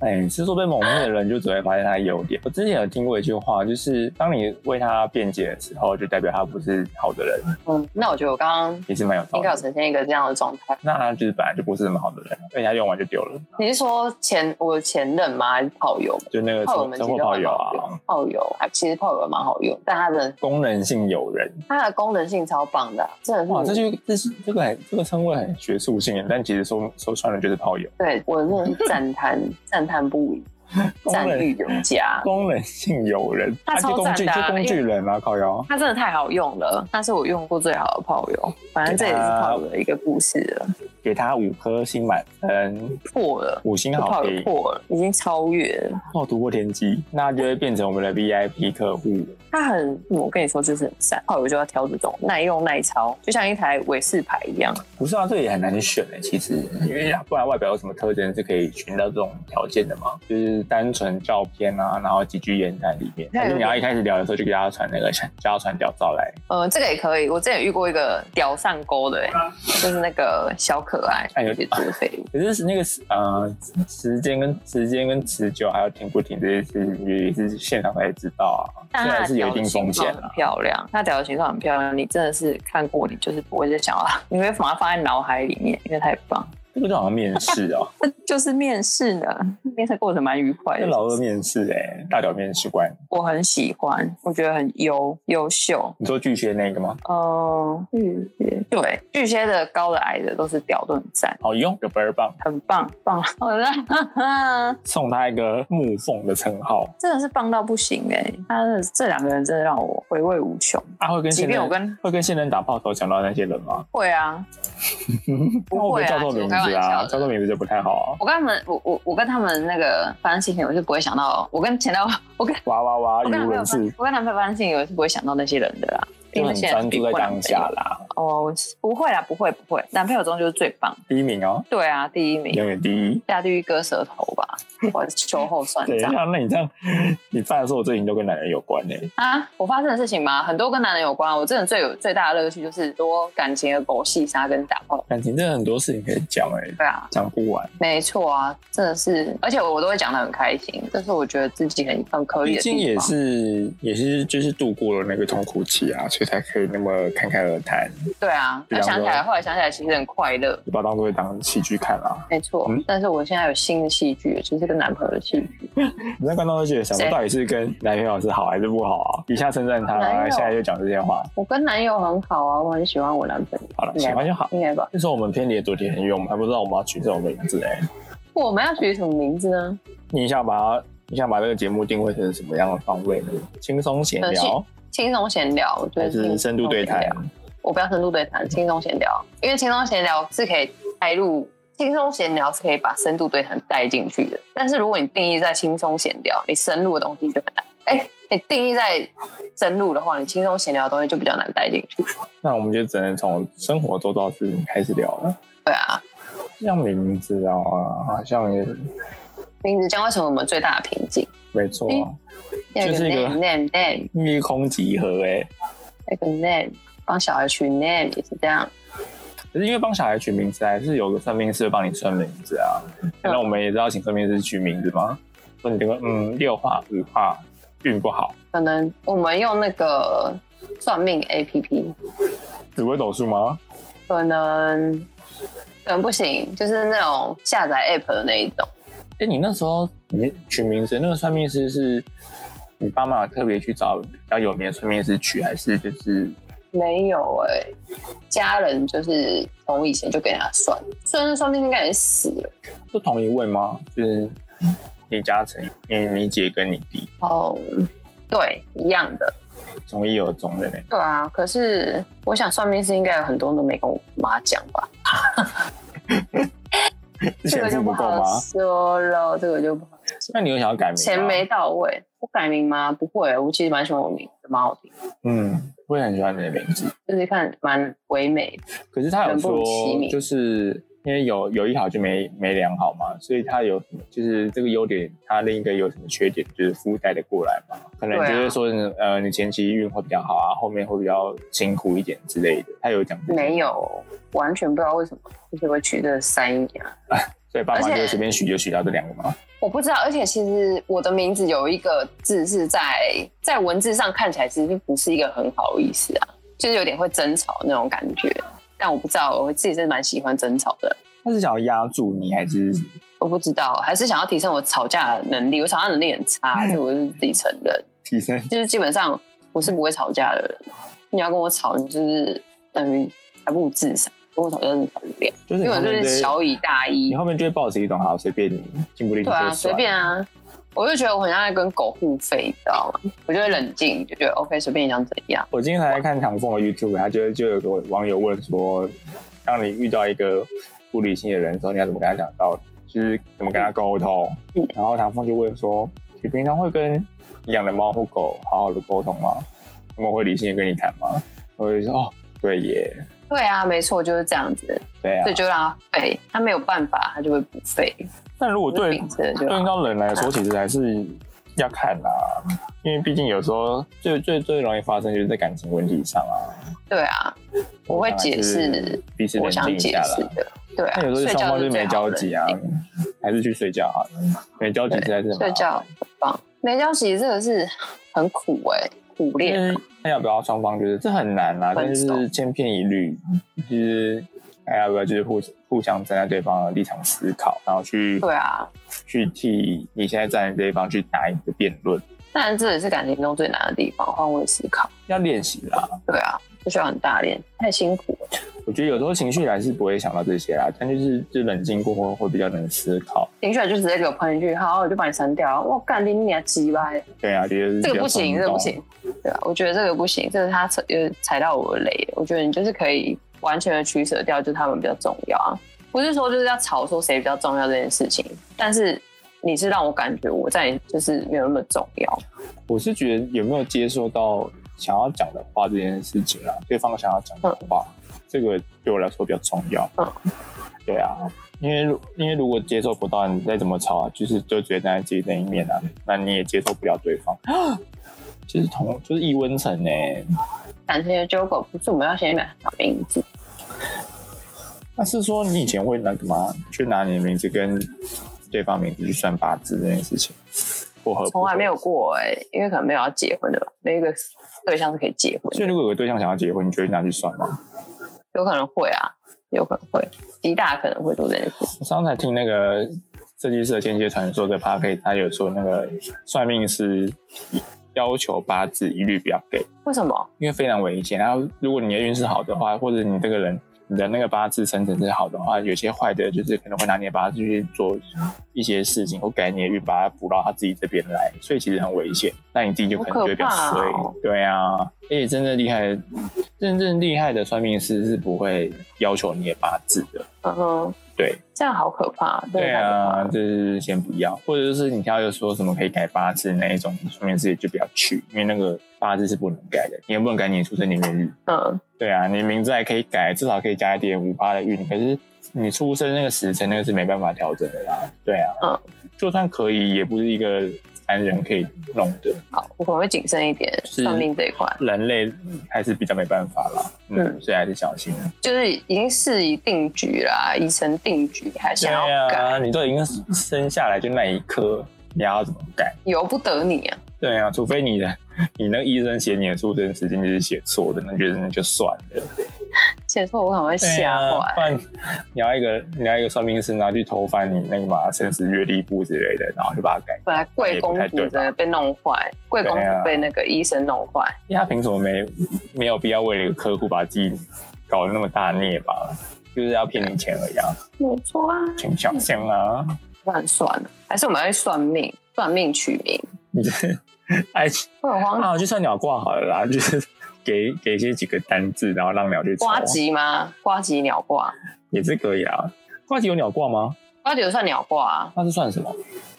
[SPEAKER 2] 哎，是说被蒙骗的人就只会发现他的优点。我之前有听过一句话，就是当你为他辩解的时候，就代表他不是好的人，
[SPEAKER 1] 嗯，那我觉得我刚刚
[SPEAKER 2] 也是蛮有道
[SPEAKER 1] 应该有
[SPEAKER 2] 理。
[SPEAKER 1] 呈现一个这样的状态。
[SPEAKER 2] 那他就是本来就不是什么好的人，而且他用完就丢了，
[SPEAKER 1] 你是说前我前任吗？还是炮友？
[SPEAKER 2] 就那个
[SPEAKER 1] 炮友
[SPEAKER 2] 车
[SPEAKER 1] 们其
[SPEAKER 2] 车
[SPEAKER 1] 实
[SPEAKER 2] 祸
[SPEAKER 1] 都
[SPEAKER 2] 炮
[SPEAKER 1] 蛮
[SPEAKER 2] 友
[SPEAKER 1] 好用
[SPEAKER 2] 啊，，
[SPEAKER 1] 炮友还其实炮友蛮好用，但它的
[SPEAKER 2] 功能性友人。
[SPEAKER 1] 它的功能性超棒的啊、真的是
[SPEAKER 2] 哇，这就这是这个很这个称谓很学术性，但其实说说穿了就是炮友。
[SPEAKER 1] 对我真的是赞叹赞叹不已。赞誉有加。
[SPEAKER 2] 功能性友人，
[SPEAKER 1] 他
[SPEAKER 2] 啊就
[SPEAKER 1] 超
[SPEAKER 2] 工具
[SPEAKER 1] 赞的
[SPEAKER 2] 就
[SPEAKER 1] 啊
[SPEAKER 2] 工具
[SPEAKER 1] 因
[SPEAKER 2] 人啊，靠腰。
[SPEAKER 1] 它真的太好用了，它是我用过最好的炮友，反正这也是炮友的一个故事了，
[SPEAKER 2] 给他五颗星满分，
[SPEAKER 1] 破了，
[SPEAKER 2] 五星
[SPEAKER 1] 这
[SPEAKER 2] 好
[SPEAKER 1] 炮友
[SPEAKER 2] 评，
[SPEAKER 1] 破了，已经超越了。
[SPEAKER 2] 哦，突破天机，那就会变成我们的 VIP 客户。
[SPEAKER 1] 它很，我跟你说，就是很善，炮友就要挑这种耐用耐操，就像一台韦氏牌一样。
[SPEAKER 2] 不是啊，这也很难选诶、其实，因为不然外表有什么特征是可以寻到这种条件的吗？就是单纯照片啊，然后几句言谈里面，
[SPEAKER 1] 那有
[SPEAKER 2] 还是你要一开始聊的时候就给他传那个，叫他传屌照来，
[SPEAKER 1] 呃，这个也可以，我之前有遇过一个屌上钩的、欸，就是那个小可爱，
[SPEAKER 2] 哎呦
[SPEAKER 1] 有点作废物。
[SPEAKER 2] 可是那个时呃时间跟时间跟持久还有停不停这些事情，也是现场才知道啊，
[SPEAKER 1] 但
[SPEAKER 2] 虽
[SPEAKER 1] 它
[SPEAKER 2] 然
[SPEAKER 1] 的
[SPEAKER 2] 是
[SPEAKER 1] 屌
[SPEAKER 2] 有一
[SPEAKER 1] 的
[SPEAKER 2] 定
[SPEAKER 1] 形
[SPEAKER 2] 风
[SPEAKER 1] 状
[SPEAKER 2] 险
[SPEAKER 1] 很
[SPEAKER 2] 啊。
[SPEAKER 1] 漂亮，它屌的形状很漂亮，你真的是看过，你就是不会再想要， 你会把它放在脑海里面，因为太棒。
[SPEAKER 2] 这个就好像面 试哦、
[SPEAKER 1] 这就是面试呢，面试过程蛮愉快
[SPEAKER 2] 那
[SPEAKER 1] 的，
[SPEAKER 2] 老二面试哎、大屌面试官，
[SPEAKER 1] 我很喜欢，我觉得很优优秀。
[SPEAKER 2] 你说巨蟹那个吗？
[SPEAKER 1] 呃，巨蟹对巨蟹的高的矮的都是屌都很赞，
[SPEAKER 2] 好用，有倍儿棒，
[SPEAKER 1] 很棒棒， 好的，
[SPEAKER 2] 送他一个木凤的称号。
[SPEAKER 1] 真的是棒到不行哎、他的这两个人真的让我回味无穷。
[SPEAKER 2] 啊，会跟
[SPEAKER 1] 即
[SPEAKER 2] 现
[SPEAKER 1] 便我
[SPEAKER 2] 任
[SPEAKER 1] 跟
[SPEAKER 2] 会跟现任打炮头想到那些人吗？
[SPEAKER 1] 会啊，
[SPEAKER 2] 那
[SPEAKER 1] 不
[SPEAKER 2] 我
[SPEAKER 1] 会啊，
[SPEAKER 2] 们叫错
[SPEAKER 1] 其实我
[SPEAKER 2] 名字
[SPEAKER 1] 开玩笑
[SPEAKER 2] 啊，
[SPEAKER 1] 的
[SPEAKER 2] 叫错名字就不太好啊。
[SPEAKER 1] 我跟他们，我我我跟他们那个发生性情，我是不会想到，我跟前男友，我跟
[SPEAKER 2] 哇哇哇，
[SPEAKER 1] 我
[SPEAKER 2] 语
[SPEAKER 1] 跟男
[SPEAKER 2] 无
[SPEAKER 1] 朋友发
[SPEAKER 2] 伦次，，
[SPEAKER 1] 我跟男朋友发生性情，我是不会想到那些人的啦。
[SPEAKER 2] 就很专注在当下
[SPEAKER 1] 了。
[SPEAKER 2] 啦。
[SPEAKER 1] 哦，不会啦，不会不会，男朋友中就是最棒。
[SPEAKER 2] 第一名哦，
[SPEAKER 1] 对啊，第一名
[SPEAKER 2] 永远第一。
[SPEAKER 1] 下地狱割舌头 吧，我秋后算
[SPEAKER 2] 对，
[SPEAKER 1] 账
[SPEAKER 2] 那那你这样，你犯的所有罪行都跟男人有关呢、
[SPEAKER 1] 啊！我发生的事情嘛，很多跟男人有关。我真的最有最大的乐趣就是多感情的狗戏杀跟打炮。
[SPEAKER 2] 感情真的很多事情可以讲哎、
[SPEAKER 1] 对啊，
[SPEAKER 2] 讲不完。
[SPEAKER 1] 没错啊，真的是，而且我都会讲的很开心，这是我觉得自己很很可以
[SPEAKER 2] 毕
[SPEAKER 1] 的
[SPEAKER 2] 竟
[SPEAKER 1] 地
[SPEAKER 2] 也
[SPEAKER 1] 方。
[SPEAKER 2] 是也是就是度过了那个痛苦期啊，所以才可以那么侃侃而谈，
[SPEAKER 1] 对啊，
[SPEAKER 2] 比
[SPEAKER 1] 那
[SPEAKER 2] 方
[SPEAKER 1] 想起
[SPEAKER 2] 说
[SPEAKER 1] 来，后来想起来其实很快乐。
[SPEAKER 2] 就把它当做当戏剧看啦。
[SPEAKER 1] 没错，
[SPEAKER 2] 嗯
[SPEAKER 1] 但是我现在有新的戏剧，就是跟男朋友的戏剧。
[SPEAKER 2] 你在观众会觉得想说，
[SPEAKER 1] 谁
[SPEAKER 2] 到底是跟男朋友是好还是不好啊？一下称赞他，
[SPEAKER 1] 哪有
[SPEAKER 2] 然后现在就讲这些话，
[SPEAKER 1] 我跟男友很好啊，我很喜欢我男朋友。
[SPEAKER 2] 好了，
[SPEAKER 1] 应
[SPEAKER 2] 喜
[SPEAKER 1] 该吧
[SPEAKER 2] 欢就好。
[SPEAKER 1] 应该吧？
[SPEAKER 2] 那时候我们偏离的主题很远，我们还不知道我们要取什么名字哎、
[SPEAKER 1] 我们要取什么名字呢？
[SPEAKER 2] 你想把它，你想把这个节目定位成什么样的方位呢？轻松闲
[SPEAKER 1] 呃
[SPEAKER 2] 聊
[SPEAKER 1] 是轻松闲聊，我觉
[SPEAKER 2] 还
[SPEAKER 1] 得
[SPEAKER 2] 是深度对谈？
[SPEAKER 1] 我不要深度对谈，轻松闲聊，因为轻松闲聊是可以带入，轻松闲聊是可以把深度对谈带进去的。但是如果你定义在轻松闲聊，你深入的东西就很难。哎、你定义在深入的话，你轻松闲聊的东西就比较难带进去。
[SPEAKER 2] 那我们就只能从生活周遭事情开始聊了，
[SPEAKER 1] 对啊，
[SPEAKER 2] 像名字啊，好像也
[SPEAKER 1] 名字将会成为我们最大的瓶颈。
[SPEAKER 2] 没错、啊，就是一个
[SPEAKER 1] name name name，
[SPEAKER 2] 一空集合哎、
[SPEAKER 1] 那个 name，帮小孩取 name 也是这样。
[SPEAKER 2] 可是因为帮小孩取名字，还是有个算命师会帮你算名字啊。
[SPEAKER 1] 嗯
[SPEAKER 2] 那我们也知道请算命师取名字吗？说你这个嗯六画五画运不好，
[SPEAKER 1] 可能我们用那个算命 A P P，
[SPEAKER 2] 紫微斗数吗？
[SPEAKER 1] 可能可能不行，就是那种下载 App 的那一种。
[SPEAKER 2] 哎、你那时候你取名字，那个算命师是你爸妈有特别去找比较有名的算命师取，还是就是
[SPEAKER 1] 没有哎、家人就是从以前就给他算，虽然算命应该也死了，
[SPEAKER 2] 是同一位吗？就是李嘉诚，你你姐跟你弟
[SPEAKER 1] 哦，对，一样的，
[SPEAKER 2] 从一而终的嘞。
[SPEAKER 1] 对啊。可是我想算命师应该有很多人都没跟我妈讲吧，
[SPEAKER 2] 之
[SPEAKER 1] 这
[SPEAKER 2] 前
[SPEAKER 1] 个就
[SPEAKER 2] 付不
[SPEAKER 1] 不
[SPEAKER 2] 够
[SPEAKER 1] 好
[SPEAKER 2] 吗？
[SPEAKER 1] 说了，这个就不好。
[SPEAKER 2] 那你有想要改名吗？
[SPEAKER 1] 钱没到位，我改名吗？不会、我其实蛮喜欢我名字，蛮好听，
[SPEAKER 2] 嗯，我也很喜欢你的名字。
[SPEAKER 1] 就是看蛮唯美的。
[SPEAKER 2] 可是他有
[SPEAKER 1] 人不
[SPEAKER 2] 说
[SPEAKER 1] 如其，名
[SPEAKER 2] 就是因为有有一好就没没两好嘛，所以他有什么就是这个优点，他另一个有什么缺点，就是附带的过来嘛。可能
[SPEAKER 1] 对啊
[SPEAKER 2] 就是说，呃，你前期运会比较好啊，后面会比较辛苦一点之类的。他有讲这个
[SPEAKER 1] 没，有，完全不知道为什么就是会取这个三音啊。
[SPEAKER 2] 所以爸妈就
[SPEAKER 1] 而
[SPEAKER 2] 会
[SPEAKER 1] 且
[SPEAKER 2] 随便许就许到这两个嘛。
[SPEAKER 1] 我不知道，而且其实我的名字有一个字是在在文字上看起来其实不是一个很好的意思啊，就是有点会争吵那种感觉。但我不知道，我自己是蛮喜欢争吵的，
[SPEAKER 2] 他是想要压住你，还是
[SPEAKER 1] 我不知道，还是想要提升我吵架的能力。我吵架能力很差，这我是自己承认。
[SPEAKER 2] 提升？
[SPEAKER 1] 就是基本上我是不会吵架的人，你要跟我吵，你就是等于还不如自杀。跟我吵架真的吵不了，
[SPEAKER 2] 就
[SPEAKER 1] 因
[SPEAKER 2] 是你
[SPEAKER 1] 为
[SPEAKER 2] 后
[SPEAKER 1] 我就
[SPEAKER 2] 面
[SPEAKER 1] 是
[SPEAKER 2] 会
[SPEAKER 1] 小以大
[SPEAKER 2] 你
[SPEAKER 1] 一。
[SPEAKER 2] 后面就会抱持一种好随便你进不
[SPEAKER 1] 对
[SPEAKER 2] 进就
[SPEAKER 1] 啊，
[SPEAKER 2] 算
[SPEAKER 1] 随便啊，我就觉得我很像在跟狗互吠，你知道吗？我就会冷静，就觉得 OK，随便你想怎样。
[SPEAKER 2] 我今天才看唐凤的 YouTube，他就就有个网友问说，当你遇到一个不理性的人的时候，你要怎么跟他讲道理？就是怎么跟他沟通？
[SPEAKER 1] 嗯
[SPEAKER 2] 然后唐凤就问说，你平常会跟你养的猫或狗好好的沟通吗？他们会理性的跟你谈吗？我就说哦，对耶，
[SPEAKER 1] 对啊，没错，就是这样子。
[SPEAKER 2] 对啊
[SPEAKER 1] 所以。就让它吠，它没有办法，它就会不吠。
[SPEAKER 2] 但如果对
[SPEAKER 1] 秉持的就
[SPEAKER 2] 对
[SPEAKER 1] 好。
[SPEAKER 2] 高人来说，其实还是要看啦、因为毕竟有时候最最最容易发生就是在感情问题上啊。
[SPEAKER 1] 对啊，我会解释，
[SPEAKER 2] 彼此冷
[SPEAKER 1] 我想
[SPEAKER 2] 静一
[SPEAKER 1] 解
[SPEAKER 2] 下
[SPEAKER 1] 释
[SPEAKER 2] 啦。
[SPEAKER 1] 的。对啊，
[SPEAKER 2] 那有时候
[SPEAKER 1] 睡
[SPEAKER 2] 双
[SPEAKER 1] 觉
[SPEAKER 2] 方就是没
[SPEAKER 1] 最
[SPEAKER 2] 交
[SPEAKER 1] 好的
[SPEAKER 2] 集啊，还是去睡觉好了。没交集实在是很麻
[SPEAKER 1] 睡
[SPEAKER 2] 烦
[SPEAKER 1] 觉很棒，没交集这个是很苦哎、苦
[SPEAKER 2] 就
[SPEAKER 1] 练。
[SPEAKER 2] 是看要不要双方就是这很难啦、但
[SPEAKER 1] 分手
[SPEAKER 2] 是千篇一律，就是看要不要就是互互相站在对方的立场思考，然后去
[SPEAKER 1] 对啊，
[SPEAKER 2] 去替你现在站的这一方去打一个辩论，
[SPEAKER 1] 但是这也是感情中最难的地方，换位思考。
[SPEAKER 2] 要练习啦。
[SPEAKER 1] 对啊，这需要很大练，太辛苦了。
[SPEAKER 2] 我觉得有时候情绪来是不会想到这些啦，但就是就冷静过后会比较能思考。
[SPEAKER 1] 林雪就直接给我喷一句：“好，我就把你删掉。”我干你你还鸡巴！
[SPEAKER 2] 对啊，就是
[SPEAKER 1] 这
[SPEAKER 2] 比
[SPEAKER 1] 个
[SPEAKER 2] 较
[SPEAKER 1] 不行，
[SPEAKER 2] 冲
[SPEAKER 1] 这个
[SPEAKER 2] 动
[SPEAKER 1] 不。行。对啊，我觉得这个不行，这是他踩呃踩到我的雷。我觉得你就是可以完全的取舍掉，就是他们比较重要啊。不是说就是要吵说谁比较重要这件事情，但是你是让我感觉我在你就是没有那么重要。
[SPEAKER 2] 我是觉得有没有接受到想要讲的话这件事情啦，啊对方想要讲的话，这个对我来说比较重要。
[SPEAKER 1] 嗯
[SPEAKER 2] 对啊，因为如因为如果接受不到，你再怎么吵啊，就是就只会站在自己那一面啊，那你也接受不了对方。 就是同就是易温层欸呢、
[SPEAKER 1] 感情的纠葛不是我们要先买他名字，
[SPEAKER 2] 那是说你以前会那个吗？去拿你的名字跟对方名字去算八字这件事情，不合不合
[SPEAKER 1] 从来没有。过哎、因为可能没有要结婚的吧，没有一个对象是可以结婚
[SPEAKER 2] 所
[SPEAKER 1] 的，
[SPEAKER 2] 以如果有个对象想要结婚，你就会拿去算吗？
[SPEAKER 1] 有可能会啊，有可能会，极大可能会做这件事。
[SPEAKER 2] 我上次才听那个设计师的间接传说的 p a r k 他有说那个算命师要求八字一律不要给，
[SPEAKER 1] 为什么？
[SPEAKER 2] 因为非常危险。然后如果你的运势好的话，或者你这个人你的那个八字生辰是好的话，有些坏的就是可能会拿你的八字去做一些事情，或改你的运，把它补到他自己这边来，所以其实很危险。那你自己就可能就会比较
[SPEAKER 1] 好可
[SPEAKER 2] 衰
[SPEAKER 1] 怕哦。
[SPEAKER 2] 对啊，而且真正厉害的、真正厉害的算命师是不会要求你的八字的。
[SPEAKER 1] 嗯哼，
[SPEAKER 2] 对，
[SPEAKER 1] 这样好可怕，真的
[SPEAKER 2] 对
[SPEAKER 1] 太可怕
[SPEAKER 2] 啊，
[SPEAKER 1] 了。
[SPEAKER 2] 就是先不要，或者就是你听到有说什么可以改八字那一种，算命师就不要去，因为那个八字是不能改的，你也不能改你的出生年月日。
[SPEAKER 1] 嗯，
[SPEAKER 2] 对啊，你名字还可以改，至少可以加一点五八的运，可是你出生那个时辰那个是没办法调整的啦。对啊，
[SPEAKER 1] 嗯，
[SPEAKER 2] 就算可以，也不是一个凡人可以弄的，
[SPEAKER 1] 好，我可能会谨慎一点，
[SPEAKER 2] 是
[SPEAKER 1] 算命这一块，
[SPEAKER 2] 人类还是比较没办法啦。嗯，
[SPEAKER 1] 嗯
[SPEAKER 2] 所以还是小心。
[SPEAKER 1] 就是已经事已定局啦，已成定局，还
[SPEAKER 2] 对
[SPEAKER 1] 想要改，
[SPEAKER 2] 啊，你都已经生下来就那一刻，你要怎么改？
[SPEAKER 1] 由不得你啊。
[SPEAKER 2] 对啊，除非你的你那个医生写你的出生时间就是写错的，那觉得那就算了。
[SPEAKER 1] 写错我可能会
[SPEAKER 2] 对
[SPEAKER 1] 吓
[SPEAKER 2] 啊，不
[SPEAKER 1] 坏，
[SPEAKER 2] 然你要一个你要一个算命师，然后去偷翻你那个嘛生死阅历簿之类的，然后就把它改。
[SPEAKER 1] 本来贵公
[SPEAKER 2] 也
[SPEAKER 1] 主
[SPEAKER 2] 不太对吧
[SPEAKER 1] 真的被弄坏，贵公
[SPEAKER 2] 对啊
[SPEAKER 1] 主被那个医生弄坏，
[SPEAKER 2] 因为他凭什么没没有必要为了一个客户把自己搞得那么大孽吧？就是要骗你钱而已啊，
[SPEAKER 1] 没错啊，
[SPEAKER 2] 请小心啊！
[SPEAKER 1] 乱算了，还是我们要去算命，算命取名，
[SPEAKER 2] 你这 哎，
[SPEAKER 1] 会很荒
[SPEAKER 2] 那我去算鸟卦好了啦，就是给给一些几个单字，然后让鸟去抽，
[SPEAKER 1] 瓜吉吗？瓜吉鸟卦，
[SPEAKER 2] 也是可以啊。瓜吉有鸟卦吗？
[SPEAKER 1] 瓜吉有算鸟卦啊，
[SPEAKER 2] 那是算什么？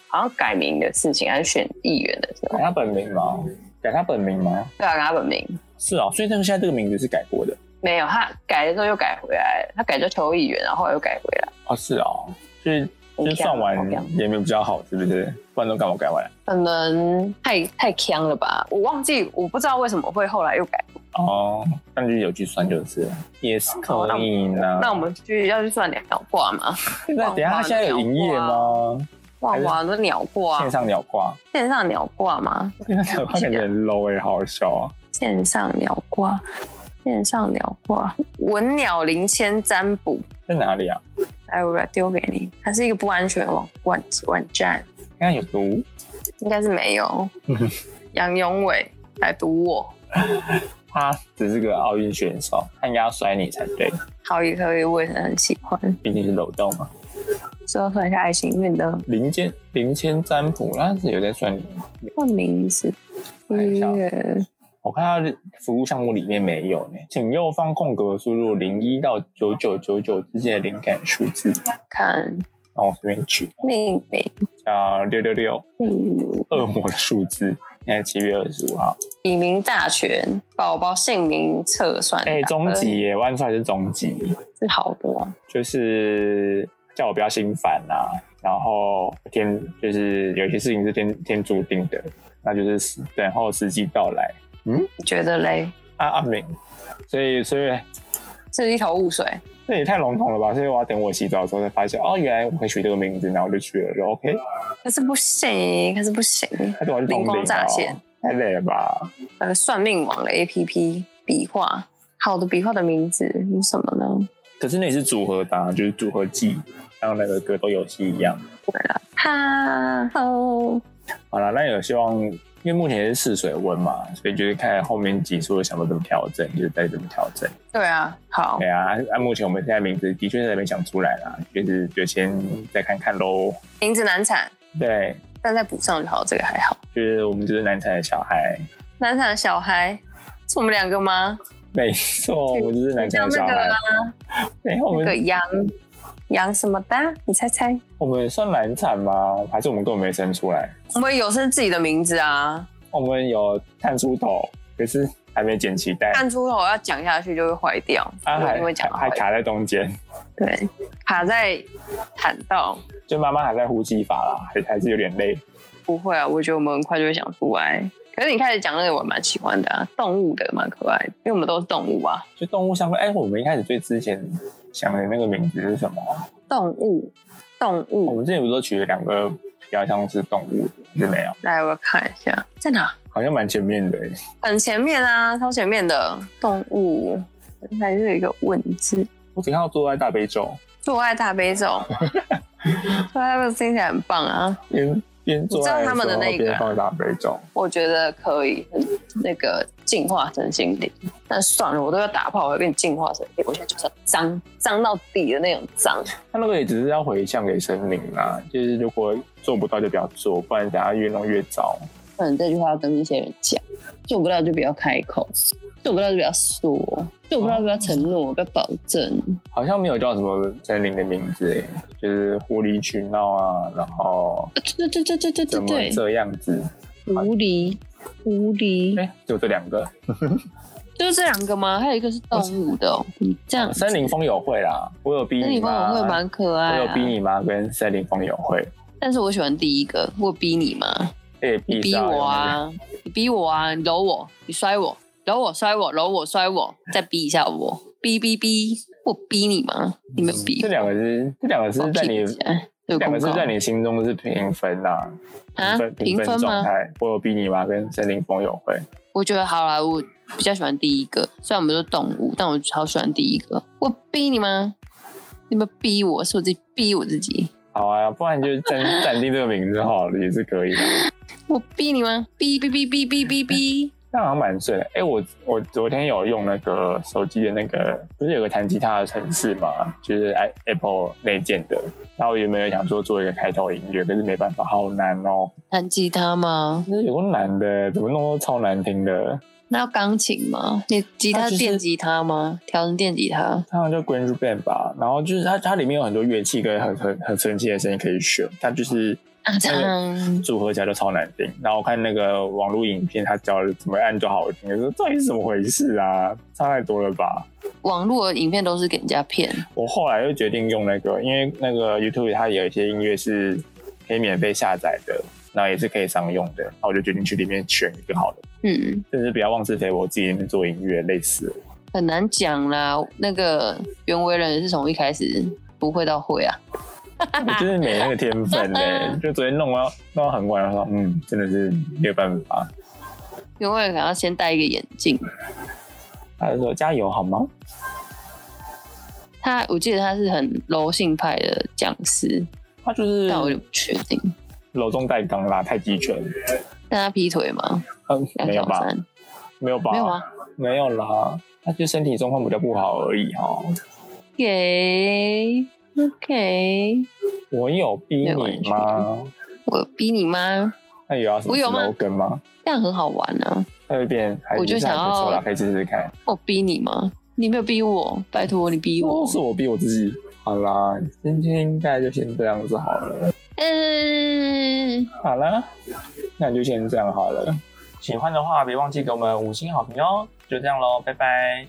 [SPEAKER 1] 好像改名的事情还是选议员的时候，
[SPEAKER 2] 改他本名吗？改他本名吗？
[SPEAKER 1] 对啊，改他本名。
[SPEAKER 2] 是啊、所以这个现在这个名字是改过的
[SPEAKER 1] 没有，他改的时候又改回来了，他改叫邱议员，然后后来又改回来。
[SPEAKER 2] 哦，是哦，就是
[SPEAKER 1] 很
[SPEAKER 2] 就是算完
[SPEAKER 1] 强很强
[SPEAKER 2] 也没有比较好，是不是？不然都干嘛改完？
[SPEAKER 1] 可能太太呛了吧，我忘记，我不知道为什么会后来又改。
[SPEAKER 2] 哦，那就有去算就是了，也是
[SPEAKER 1] 好哦那
[SPEAKER 2] 可
[SPEAKER 1] 我
[SPEAKER 2] 以呢。
[SPEAKER 1] 那我们去要去算鸟卦嘛？
[SPEAKER 2] 那等一下他现在有营业吗？
[SPEAKER 1] 哇
[SPEAKER 2] 还是
[SPEAKER 1] 哇，那鸟卦
[SPEAKER 2] 线，上鸟卦，
[SPEAKER 1] 线上鸟卦吗？
[SPEAKER 2] 线上鸟卦感觉很 low 哎、好好笑啊！
[SPEAKER 1] 线上鸟卦，线上鸟卦，文鸟零千占卜，
[SPEAKER 2] 在哪里啊？
[SPEAKER 1] 来，我把它丢给你。它是一个不安全网网网站，
[SPEAKER 2] 应该有毒，
[SPEAKER 1] 应该是没 有
[SPEAKER 2] 嗯哼。
[SPEAKER 1] 杨永伟来读我，
[SPEAKER 2] 他只是个奥运选手，他应该要摔你才对，
[SPEAKER 1] 好也可以，我也是很喜欢。
[SPEAKER 2] 毕竟是楼道嘛。
[SPEAKER 1] 之后算一下爱情运的
[SPEAKER 2] 林间林间占卜，那是有在算。
[SPEAKER 1] 冠名是
[SPEAKER 2] 看一
[SPEAKER 1] 一
[SPEAKER 2] 下
[SPEAKER 1] 月，
[SPEAKER 2] 我看它的服务项目里面没有呢，请右方空格输入零一到九九九九之间的灵感数字，
[SPEAKER 1] 看
[SPEAKER 2] 让我随便取，
[SPEAKER 1] 命名
[SPEAKER 2] 叫六六六，
[SPEAKER 1] 命名
[SPEAKER 2] 恶魔的数字。现在七月二十五号，
[SPEAKER 1] 笔名大全，宝宝姓名测算打
[SPEAKER 2] 哎、
[SPEAKER 1] 分，
[SPEAKER 2] 终极耶，万帅是终极，
[SPEAKER 1] 是好多，
[SPEAKER 2] 就是叫我不要心烦啊，然后天就是有些事情是天天注定的，那就是等候时机到来。
[SPEAKER 1] 你觉得嘞？
[SPEAKER 2] 啊啊明，所以所以
[SPEAKER 1] 是一头雾水，
[SPEAKER 2] 这也太笼统了吧？所以我要等我洗澡的时候才发现，哦，原来我可以取这个名字，然后我就取了，就 OK，
[SPEAKER 1] 可是不行，可是不行。
[SPEAKER 2] 那等我去通
[SPEAKER 1] 灵光
[SPEAKER 2] 灵
[SPEAKER 1] 乍
[SPEAKER 2] 哦
[SPEAKER 1] 现，
[SPEAKER 2] 太累了吧？
[SPEAKER 1] 呃，算命网的 APP 笔画，好的笔画的名字有什么呢？
[SPEAKER 2] 可是那也是组合答、就是组合技，像那个格斗游戏一样。
[SPEAKER 1] 哈喽，
[SPEAKER 2] 好了，那也希望，因为目前是试水温嘛，所以就是看后面几处想要怎么调整，就是再怎么调整。
[SPEAKER 1] 对啊，好
[SPEAKER 2] 对，啊，按、目前我们现在名字的确是还没想出来啦，就是就先再看看喽。
[SPEAKER 1] 名字难产，
[SPEAKER 2] 对，
[SPEAKER 1] 但再补上就好，这个还好。
[SPEAKER 2] 就是我们就是难产的小孩，
[SPEAKER 1] 难产的小孩是我们两个吗？
[SPEAKER 2] 没错，我们就是难产
[SPEAKER 1] 像
[SPEAKER 2] 的
[SPEAKER 1] 那
[SPEAKER 2] 小
[SPEAKER 1] 个
[SPEAKER 2] 孩
[SPEAKER 1] 啊。
[SPEAKER 2] 然后
[SPEAKER 1] 那
[SPEAKER 2] 我
[SPEAKER 1] 个
[SPEAKER 2] 们
[SPEAKER 1] 羊羊什么的，你猜猜？
[SPEAKER 2] 我们算难产吗？还是我们根本没生出来？
[SPEAKER 1] 我们有是自己的名字啊，
[SPEAKER 2] 我们有探出头，可是还没剪脐带，
[SPEAKER 1] 看出头要讲下去就会坏掉，
[SPEAKER 2] 啊还
[SPEAKER 1] 因为讲
[SPEAKER 2] 还
[SPEAKER 1] 到
[SPEAKER 2] 还
[SPEAKER 1] 坏
[SPEAKER 2] 卡在中间，
[SPEAKER 1] 对，卡在坦到
[SPEAKER 2] 就妈妈还在呼吸法啦，还还是有点累。
[SPEAKER 1] 不会啊，我觉得我们很快就会想出来。可是你开始讲那个我蛮喜欢的啊，动物的蛮可爱的，因为我们都是动物啊。
[SPEAKER 2] 就动物相关，哎、我们一开始最之前想的那个名字是什么？啊
[SPEAKER 1] 动物，动
[SPEAKER 2] 我
[SPEAKER 1] 物，
[SPEAKER 2] 们之前不是都取了两个比较像是动物的，是没有？
[SPEAKER 1] 来我看一下在哪？
[SPEAKER 2] 好像蛮前面的欸，
[SPEAKER 1] 很前面啊，超前面的动物，还是有一个文字。
[SPEAKER 2] 我只看到坐在大悲咒，
[SPEAKER 1] 做爱大悲 咒，做爱大悲咒听起来很棒啊，
[SPEAKER 2] 边边坐在
[SPEAKER 1] 我知道他们的那个
[SPEAKER 2] 边放大悲咒，
[SPEAKER 1] 我觉得可以，嗯那个净化身心灵。但算了，我都要打炮，我要变净化身体，我现在就是要脏脏到底的那种脏。
[SPEAKER 2] 他那个也只是要回向给神灵啦，就是如果做不到就不要做，不然等下越弄越糟。
[SPEAKER 1] 可能这句话要跟一些人讲，做不到就不要开口，做不到就不要说，做不到就不要承诺，不要保证。
[SPEAKER 2] 好像没有叫什么神灵的名字欸，就是狐狸取闹啊，然后
[SPEAKER 1] 啊对对对对对对
[SPEAKER 2] 怎么
[SPEAKER 1] 对，
[SPEAKER 2] 这样子？
[SPEAKER 1] 狐狸，狐
[SPEAKER 2] 哎、
[SPEAKER 1] 狸，
[SPEAKER 2] 就这两个。
[SPEAKER 1] 就是这两个吗？还有一个是动物的、哦，你这样。
[SPEAKER 2] 森林风友会啦，我有逼
[SPEAKER 1] 那
[SPEAKER 2] 你
[SPEAKER 1] 你帮
[SPEAKER 2] 妈，
[SPEAKER 1] 我会蛮可
[SPEAKER 2] 我
[SPEAKER 1] 爱、
[SPEAKER 2] 有
[SPEAKER 1] 啊
[SPEAKER 2] 逼，你妈跟森林风友会，
[SPEAKER 1] 但是我喜欢第一个。我逼你吗？
[SPEAKER 2] 这也
[SPEAKER 1] 你
[SPEAKER 2] 必须
[SPEAKER 1] 逼
[SPEAKER 2] 要
[SPEAKER 1] 我
[SPEAKER 2] 用那个
[SPEAKER 1] 啊！你逼我啊！你揉我，你摔我，揉我摔我，揉我摔我，再逼一下我，逼逼逼！我逼你吗？你没有逼
[SPEAKER 2] 这，两个是嗯这两个是
[SPEAKER 1] 我
[SPEAKER 2] 在
[SPEAKER 1] 屁
[SPEAKER 2] 你
[SPEAKER 1] 股起来
[SPEAKER 2] 这
[SPEAKER 1] 这个
[SPEAKER 2] 两个
[SPEAKER 1] 公
[SPEAKER 2] 是
[SPEAKER 1] 告
[SPEAKER 2] 在你心中是平分啦、
[SPEAKER 1] 啊
[SPEAKER 2] 平分
[SPEAKER 1] 平
[SPEAKER 2] 平分
[SPEAKER 1] 分
[SPEAKER 2] 状
[SPEAKER 1] 吗？
[SPEAKER 2] 态。我有逼你吗？跟森林风友会，
[SPEAKER 1] 我觉得好啦，我比较喜欢第一个，虽然我们都动物，但我超喜欢第一个。我逼你吗？你们逼我，是我自己逼我自己。
[SPEAKER 2] 好啊，不然就 暂暂定这个名字好了，也是可以的。
[SPEAKER 1] 我逼你吗？逼逼逼逼逼逼逼！
[SPEAKER 2] 那好像蛮顺的。哎、我我昨天有用那个手机的那个，不是有个弹吉他的程式嘛，就是 i- Apple 内建的。然后我原本有想说做一个开头音乐，可是没办法，好难哦。
[SPEAKER 1] 弹吉他吗？
[SPEAKER 2] 那有个难的，怎么弄都超难听的。
[SPEAKER 1] 那要钢琴吗？你吉
[SPEAKER 2] 它
[SPEAKER 1] 他
[SPEAKER 2] 就是
[SPEAKER 1] 是电吉他吗？调成电吉他？
[SPEAKER 2] 它好像叫 Grand Band 吧，然后就是它它里面有很多乐器跟很很很神奇的声音可以选，它就是
[SPEAKER 1] 啊
[SPEAKER 2] 那个
[SPEAKER 1] 唱
[SPEAKER 2] 组合起来就超难听。然后我看那个网络影片，他教了怎么按就好听，我说到底是怎么回事啊？差太多了吧？
[SPEAKER 1] 网络的影片都是给人家骗，
[SPEAKER 2] 我后来又决定用那个，因为那个 YouTube 它有一些音乐是可以免费下载的，然后也是可以商用的，那我就决定去里面选一个好的，
[SPEAKER 1] 嗯，
[SPEAKER 2] 甚至不要妄自菲薄，自己在那边做音乐，累死了。
[SPEAKER 1] 很难讲啦。那个袁惟仁是从一开始不会到会啊，
[SPEAKER 2] 我就是没那个天分呢、
[SPEAKER 1] 嗯
[SPEAKER 2] 就昨天弄到弄到很晚，然后说嗯，真的是没有办法。
[SPEAKER 1] 袁惟仁可能要先戴一个眼镜。
[SPEAKER 2] 他就说加油好吗？
[SPEAKER 1] 他我记得他是很柔性派的讲师，
[SPEAKER 2] 他就是
[SPEAKER 1] 但我有点不确定。
[SPEAKER 2] 柔中带刚啦，太极拳。
[SPEAKER 1] 但他劈腿吗？
[SPEAKER 2] 嗯，
[SPEAKER 1] 梁
[SPEAKER 2] 没有
[SPEAKER 1] 小
[SPEAKER 2] 吧？
[SPEAKER 1] 三
[SPEAKER 2] 没有吧？
[SPEAKER 1] 没有啊？
[SPEAKER 2] 没有啦，他就身体状哦况比较不好而已哈、
[SPEAKER 1] 给 OK，
[SPEAKER 2] 我有逼
[SPEAKER 1] 没关
[SPEAKER 2] 你
[SPEAKER 1] 系
[SPEAKER 2] 吗？
[SPEAKER 1] 我逼你吗？
[SPEAKER 2] 那有要什么
[SPEAKER 1] 我有吗
[SPEAKER 2] slogan 吗？
[SPEAKER 1] 这样很好玩啊！
[SPEAKER 2] 它会变，还
[SPEAKER 1] 我就是
[SPEAKER 2] 还
[SPEAKER 1] 想
[SPEAKER 2] 不错啦，
[SPEAKER 1] 要
[SPEAKER 2] 可以试试看。
[SPEAKER 1] 我逼你吗？你没有逼我，拜托你逼我
[SPEAKER 2] 都。是我逼我自己。好啦，今天应该就先这样子好了。
[SPEAKER 1] 嗯，
[SPEAKER 2] 好啦，那就先这样好了。喜欢的话，别忘记给我们五星好评哦。就这样喽，拜拜。